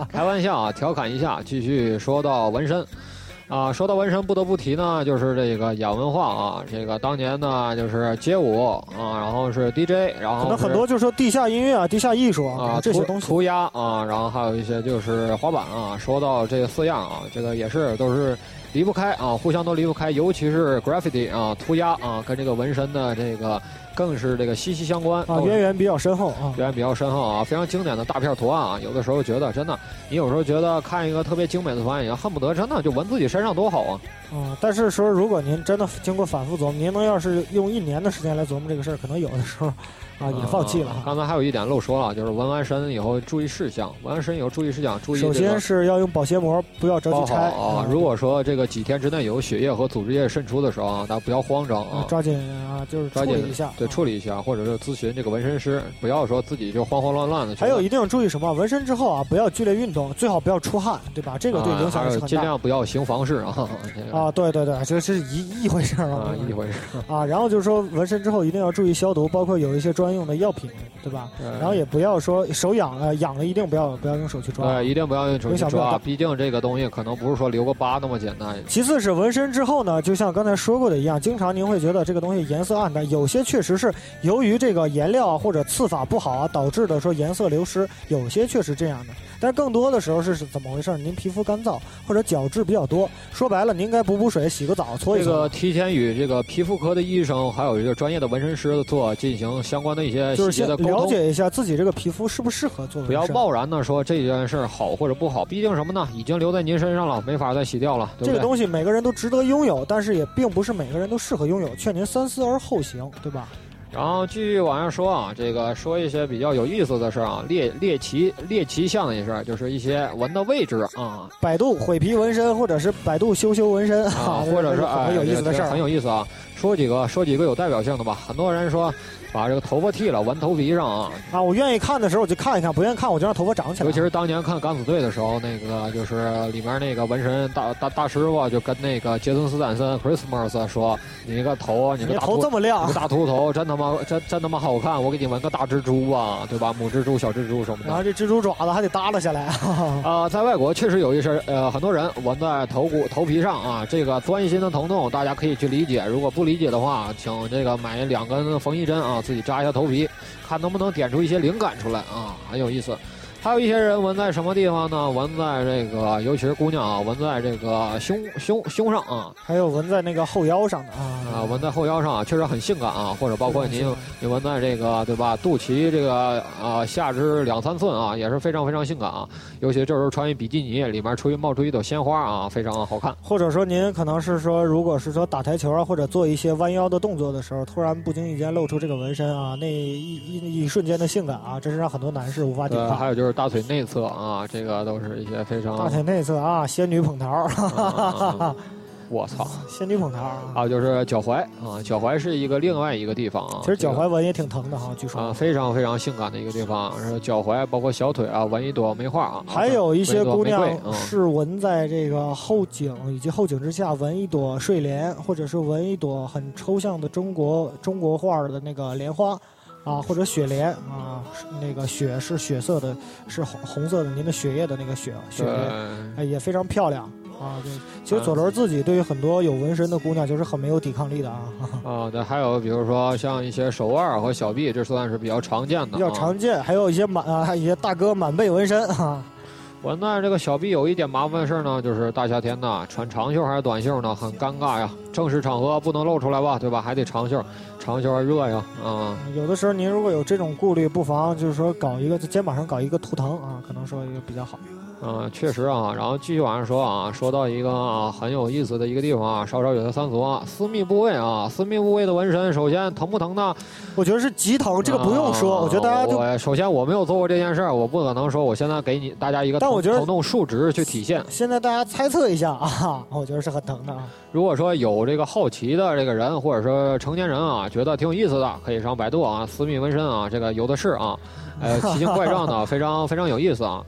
开玩笑啊，调侃一下。继续说到纹身，啊，说到纹身不得不提呢，就是这个亚文化啊，这个当年呢就是街舞啊，然后是 DJ，然
可
后
能很
是
多就是说地下音乐啊、地下艺术
哦啊，
这些
涂
东西。
涂鸦啊，然后还有一些就是滑板啊。说到这四样啊，这个也是都是离不开啊，互相都离不开，尤其是 graffiti 啊，涂鸦啊，跟这个纹身的这个更是这个息息相关
啊，
都是
渊源比较深厚啊，
渊源比较深厚啊，非常经典的大片图案啊。有的时候觉得真的，你有时候觉得看一个特别精美的图案，也恨不得真的就纹自己身上多好啊。
啊，但是说如果您真的经过反复琢磨，您能要是用一年的时间来琢磨这个事儿，可能有的 时候啊也放弃了
啊
哈。
刚才还有一点漏说了，就是纹完身以后注意事项，纹完身以后注意事项，注意、这
首
个、
先是要用保鲜膜，不要着
包
急
好
拆
啊！如果说这个几天之内有血液和组织液渗出的时候啊，大家不要慌张啊，
啊抓紧啊，就是处
抓紧
理一下，
对，
啊
处理一下，或者是咨询这个纹身师，不要说自己就慌慌乱乱的。
还有一定注意什么？纹身之后啊，不要剧烈运动，最好不要出汗，对吧？这
这
个对影响是很
啊尽
大的。
量不要行房事啊， 这个
啊，对对对，这是一一回事儿
啊一回事。
啊。然后就是说，纹身之后一定要注意消毒，包括有一些专用的药品，对吧？然后也不要说手痒了，痒了一定不要不要用手去抓。
啊
啊
对，一定不要用手
影
去
响比较
抓，
大
毕竟这个东西可能不是说留个疤那么简单。
其次是纹身之后呢，就像刚才说过的一样，经常您会觉得这个东西颜色暗淡，有些确实是由于这个颜料啊或者刺法不好啊导致的说颜色流失，有些确实这样的。但更多的时候是是怎么回事？您皮肤干燥或者角质比较多，说白了，您该补补水、洗个澡、搓一
这
搓
个。提前与这个皮肤科的医生，还有一个专业的纹身师做进行相关的一些
就是
细节
先
的沟
了
通。
解一下自己这个皮肤适不适合做
不
纹
要
身。
贸然的说这件事儿好或者不好，毕竟什么呢？已经留在您身上了，没法再洗掉了，对
这
不
个
对？
东西每个人都值得拥有，但是也并不是每个人都适合拥有，劝您三思而后行，对吧？
然后继续往下说啊，这个说一些比较有意思的事儿啊，猎猎奇猎奇项的一事儿，就是一些纹的位置啊
百度毁皮纹身，或者是百度修修纹身
啊，
这
或者
这
是
很
哎，
有意思
这
的事
这
儿啊
很。有意思啊。说几个说几个有代表性的吧。很多人说把这个头发剃了纹头皮上啊，
啊，我愿意看的时候我就看一看，不愿意看我就让头发长起来。
尤其是当年看敢死队的时候，那个就是里面那个纹身大大大师傅啊就跟那个杰森斯坦森 Christmas 啊说：“你这个头，啊你
你
这
的
个大
头这么
这
亮
个，大秃头真他妈真真他妈好看，我给你纹个大蜘蛛啊，对吧？母蜘蛛、小蜘蛛什么
然
的。
后这蜘蛛爪子还得耷拉 下来。
啊、在外国确实有一身，呃，很多人纹在头骨、头皮上啊，这个钻心的疼痛，大家可以去理解。如果不理解的话，请这个买两根缝衣针啊，自己扎一下头皮，看能不能点出一些灵感出来啊，很有意思。还有一些人纹在什么地方呢？纹在这个，尤其是姑娘啊，纹在这个胸胸胸上啊，
还有纹在那个后腰上的
啊、
啊，
纹在后腰上啊，确实很性感啊，或者包括您
有
你们在这个对吧，肚脐这个啊下肢两三寸啊，也是非常非常性感啊。尤其这时候穿一比基尼，里面出一冒出一朵鲜花啊，非常好看。
或者说您可能是说，如果是说打台球啊，或者做一些弯腰的动作的时候，突然不经意间露出这个纹身啊，那一一一瞬间的性感啊，真是让很多男士无法抵
对，呃还
抗。
有就是大腿内侧啊，这个都是一些非常。
大腿内侧啊，仙女捧桃，
啊我操！
仙女捧桃啊。
还有就是脚踝啊，脚踝是一个另外一个地方啊。
其实脚
这个
踝纹也挺疼的哈，据说。
啊，非常非常性感的一个地方，啊然后脚踝包括小腿啊，纹一朵梅花啊，
还有一些姑
纹一朵玫瑰
娘
嗯
是纹在这个后颈以及后颈之下纹一朵睡莲，或者是纹一朵很抽象的中国中国画的那个莲花，啊，或者雪莲啊，是那个雪是血色的，是红红色的，您的血液的那个血雪
对
莲，哎，也非常漂亮啊。对，其实左轮自己对于很多有纹身的姑娘就是很没有抵抗力的啊，
啊，对，还有比如说像一些手腕和小臂，这算是比较常见的，
比较
啊
常见。还有一些满啊，一些大哥满背纹身啊，
我那这个小臂有一点麻烦的事儿呢，就是大夏天呐，穿长袖还是短袖呢，很尴尬呀。正式场合不能露出来吧，对吧？还得长袖，长袖还热呀，啊、
有的时候您如果有这种顾虑，不妨就是说搞一个在肩膀上搞一个图腾啊，可能说也比较好。
嗯、确实啊。然后继续往上说啊，说到一个、啊、很有意思的一个地方啊，稍稍有些三俗啊，私密部位啊，私密部位的纹身，首先疼不疼呢？
我觉得是极疼，这个不用说，
啊
我觉得大家就
我首先我没有做过这件事儿，我不可能说我现在给你大家一个
但
疼
我觉得
疼痛数值去体现。
现在大家猜测一下啊，我觉得是很疼的啊。
如果说有这个好奇的这个人，或者说成年人啊，觉得挺有意思的，可以上百度啊，私密纹身啊，这个有的是啊，呃，奇形怪状的，非常非常有意思啊。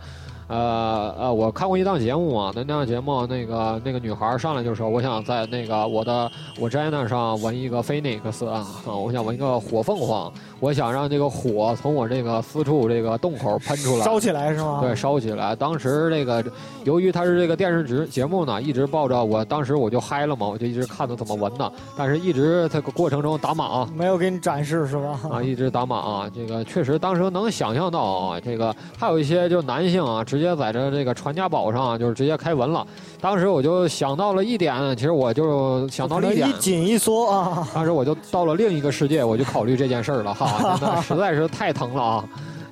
呃呃，我看过一档节目嘛，那那档节目那个那个女孩上来就说，我想在那个我的我 vagina 上纹一个 phoenix 啊，啊我想纹一个火凤凰，我想让这个火从我这个私处这个洞口喷出来，
烧起来是吗？
对，，烧起来。当时这个，由于它是这个电视节节目呢，一直抱着我，当时我就嗨了嘛，我就一直看着怎么纹呢，但是一直这个过程中打码啊，
没有给你展示是吧？
啊一直打码啊，这个确实当时能想象到啊，这个还有一些就男性啊，直接在这这个传家宝上啊就是直接开纹了。当时我就想到了一点，其实我就想到
可
了
能
一点
一，紧一 缩啊，
当时我就到了另一个世界，我就考虑这件事儿了哈，真的实在是太疼了啊！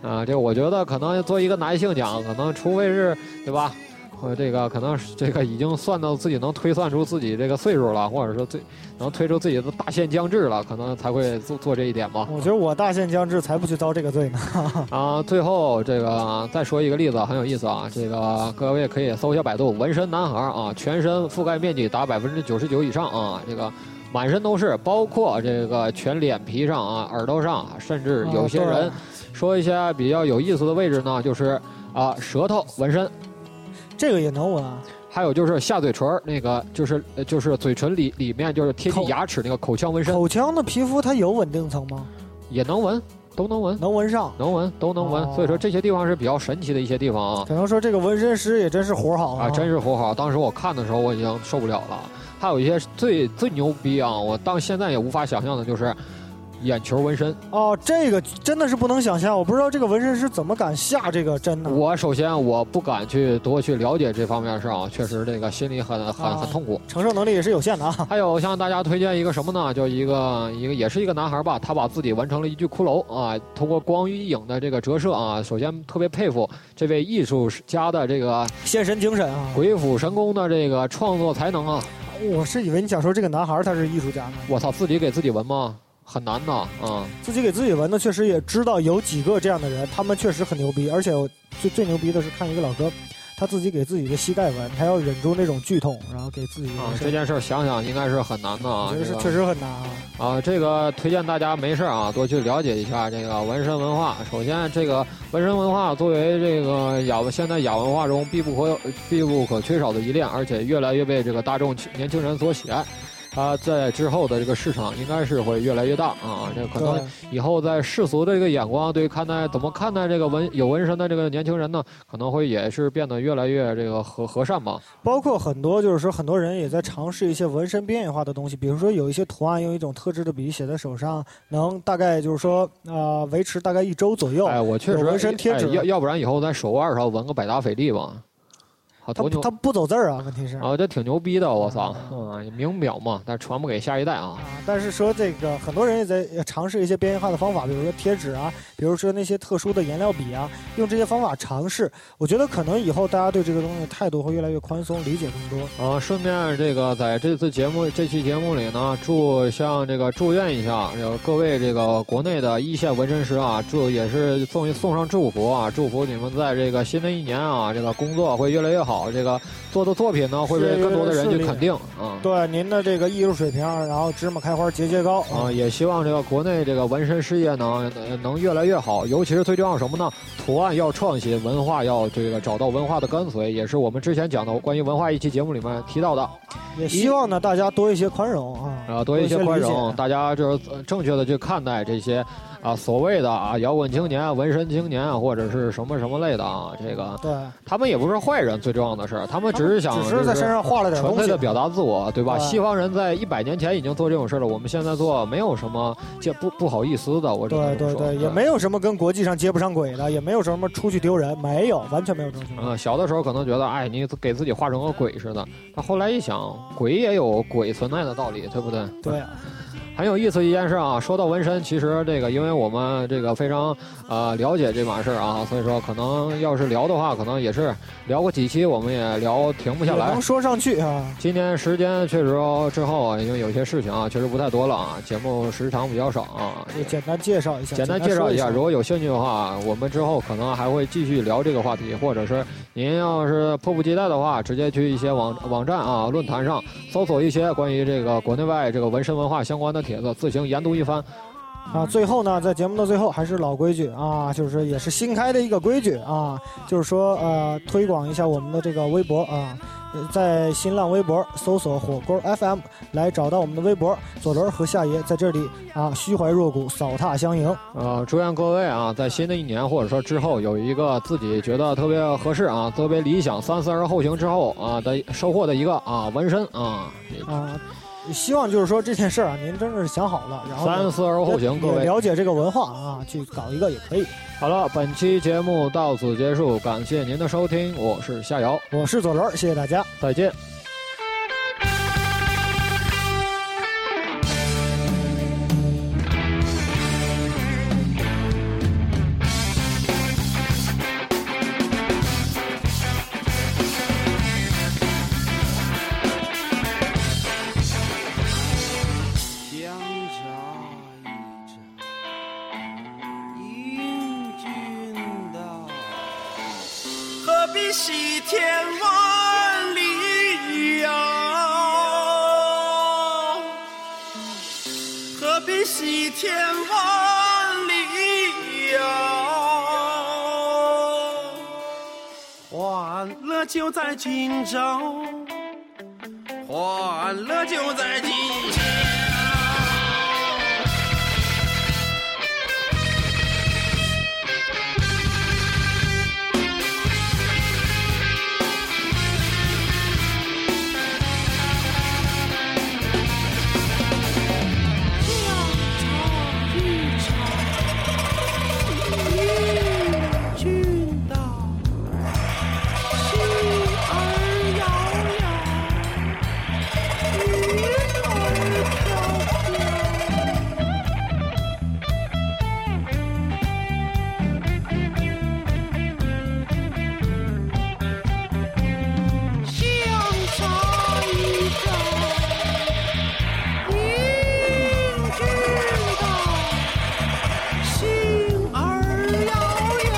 啊、这我觉得可能作为一个男性讲，可能除非是对吧？呃，这个可能是这个已经算到自己能推算出自己这个岁数了，或者说最能推出自己的大限将至了，可能才会做做这一点吧。
我觉得我大限将至才不去遭这个罪呢。
啊，最后这个再说一个例子，很有意思啊。这个各位可以搜一下百度“纹身男孩”啊，全身覆盖面积达百分之九十九以上啊，这个满身都是，包括这个全脸皮上啊、耳朵上，甚至有些
啊对
人说一些比较有意思的位置呢，就是啊舌头纹身。
这个也能闻啊，
还有就是下嘴唇儿那个，就是呃就是嘴唇里里面就是贴近
口
牙齿那个口腔纹身
口腔的皮肤它有稳定层吗？
也能纹，都能纹，
能闻上，
能纹都能纹。所以说
哦
这些地方是比较神奇的一些地方啊。
只能说这个纹身师也真是活好
啊，真是活好！当时我看的时候，我已经受不了了。还有一些最最牛逼啊，我到现在也无法想象的，就是眼球纹身。
哦，这个真的是不能想象，我不知道这个纹身师怎么敢下这个针呢？
我首先我不敢去多去了解这方面的事儿啊，确实这个心里很很很痛苦。
承受能力也是有限的啊。
还有向大家推荐一个什么呢？就一个一个也是一个男孩吧，他把自己纹成了一具骷髅啊，通过光与影的这个折射啊，首先特别佩服这位艺术家的这个
献身精神啊！
鬼斧神工的这个创作才能啊！
我是以为你想说这个男孩儿他是艺术家呢，
我操，自己给自己纹吗？很难呐啊！
自己给自己纹的，确实也知道有几个这样的人，他们确实很牛逼。而且我最最牛逼的是看一个老哥，他自己给自己的膝盖纹，他要忍住那种剧痛，然后给自己
啊
纹，
这
身。
件事儿想想应该是很难的啊
我觉，得
这
是
个
确实很难啊。
啊，这个推荐大家没事儿啊，多去了解一下这个纹身文化。首先，这个纹身文化作为这个亚现在亚文化中必不可必不可缺少的一链，而且越来越被这个大众年轻人所喜爱。它在之后的这个市场应该是会越来越大啊，这可能
对，
以后在世俗的这个眼光对于看待怎么看待这个纹有纹身的这个年轻人呢，可能会也是变得越来越这个和和善吧。
包括很多就是说很多人也在尝试一些纹身边缘化的东西，比如说有一些图案用一种特制的笔写在手上，能大概就是说呃维持大概一周左右。
哎，我确实
有纹身贴纸
哎要要不然以后在手腕上纹个百达翡丽吧，好
他
多牛
他不走字儿啊，问题是。
啊，这挺牛逼的，我操，啊，名表嘛，但传不给下一代啊。
啊，但是说这个很多人也在也尝试一些边缘化的方法，比如说贴纸啊，比如说那些特殊的颜料笔啊，用这些方法尝试。我觉得可能以后大家对这个东西的态度会越来越宽松，理解更多。
啊，顺便这个在这次节目这期节目里呢，祝向这个祝愿一下，这个各位这个国内的一线纹身师啊，祝也是送一送上祝福啊，祝福你们在这个新的一年啊，这个工作会越来越好，这个做的作品呢会被更多的人去肯定啊。
对您的这个艺术水平，啊然后芝麻开花节节高
啊，！也希望这个国内这个纹身事业呢呃能越来越好，尤其是最重要什么呢？图案要创新，文化要这个找到文化的跟随，也是我们之前讲的关于文化一期节目里面提到的，
也希望呢大家多一些宽容啊，
啊，多一些
理
宽
解
容，大家就是呃正确的去看待这些啊所谓的啊摇滚青年、纹身青年或者是什么什么类的啊，这个
对，
他们也不是坏人，最重要的是他们只是想
只
就是
在身上画了点
纯
东
粹
西啊
的。表达自我，对吧？
对
西方人在一百年前已经做这种事了，我们现在做没有什么这不不好意思的，我只
对
能这么
对
说。
对，也没有什么跟国际上接不上轨的，也没有什么出去丢人，没有，完全没有这种情况。
嗯，小的时候可能觉得，哎，你给自己画成个鬼似的。但后来一想，鬼也有鬼存在的道理，对不对？
对。
很有意思一件事啊。说到纹身，其实这个因为我们这个非常呃了解这码事儿啊，所以说可能要是聊的话，可能也是聊过几期，我们也聊停不下来
能。说上去啊。
今天时间确实之后啊，因为有些事情啊，确实不太多了啊，节目时长比较少啊。
就简单介绍一下，
简单介绍一下，如果有兴趣的话，啊我们之后可能还会继续聊这个话题，或者是您要是迫不及待的话，直接去一些网网站啊、论坛上搜索一些关于这个国内外这个纹身文化相关的帖子，自行研读一番。
啊，最后呢，在节目的最后还是老规矩啊，就是也是新开的一个规矩啊，就是说呃，推广一下我们的这个微博啊。呃在新浪微博搜索“火锅 FM” 来找到我们的微博，左轮和夏爷在这里啊，虚怀若谷，扫踏相迎。
呃，祝愿各位啊，在新的一年或者说之后，有一个自己觉得特别合适啊、特别理想、三思而后行之后啊的收获的一个啊纹身啊，
啊，希望就是说这件事儿啊，您真是想好了，然后
三
呢
思而后行，各
也
位。
了解这个文化啊，去搞一个也可以。
好了，本期节目到此结束，感谢您的收听，我是夏瑶，
我是左轮儿，谢谢大家。
再见。
相差一丈，引君道，何必西天万里遥？何必西天万里遥？欢乐就在今朝，欢乐就在今朝。
一场一场，君道，虚而遥遥，云儿飘飘。相差一丈，云知道，心儿遥遥，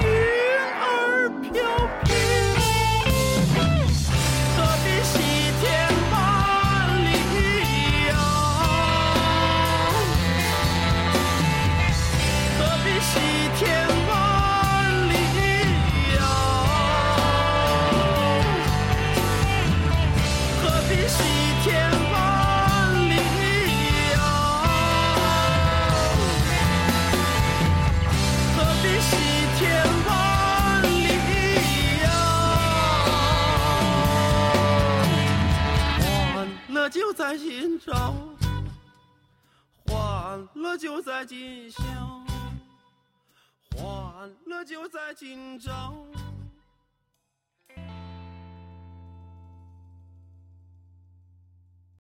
云儿飘飘。
何必西天万里遥？何必西天万里遥？何必西天万里遥？何必西天万里遥？欢乐就在今朝，欢乐就在今宵，欢乐就在今朝。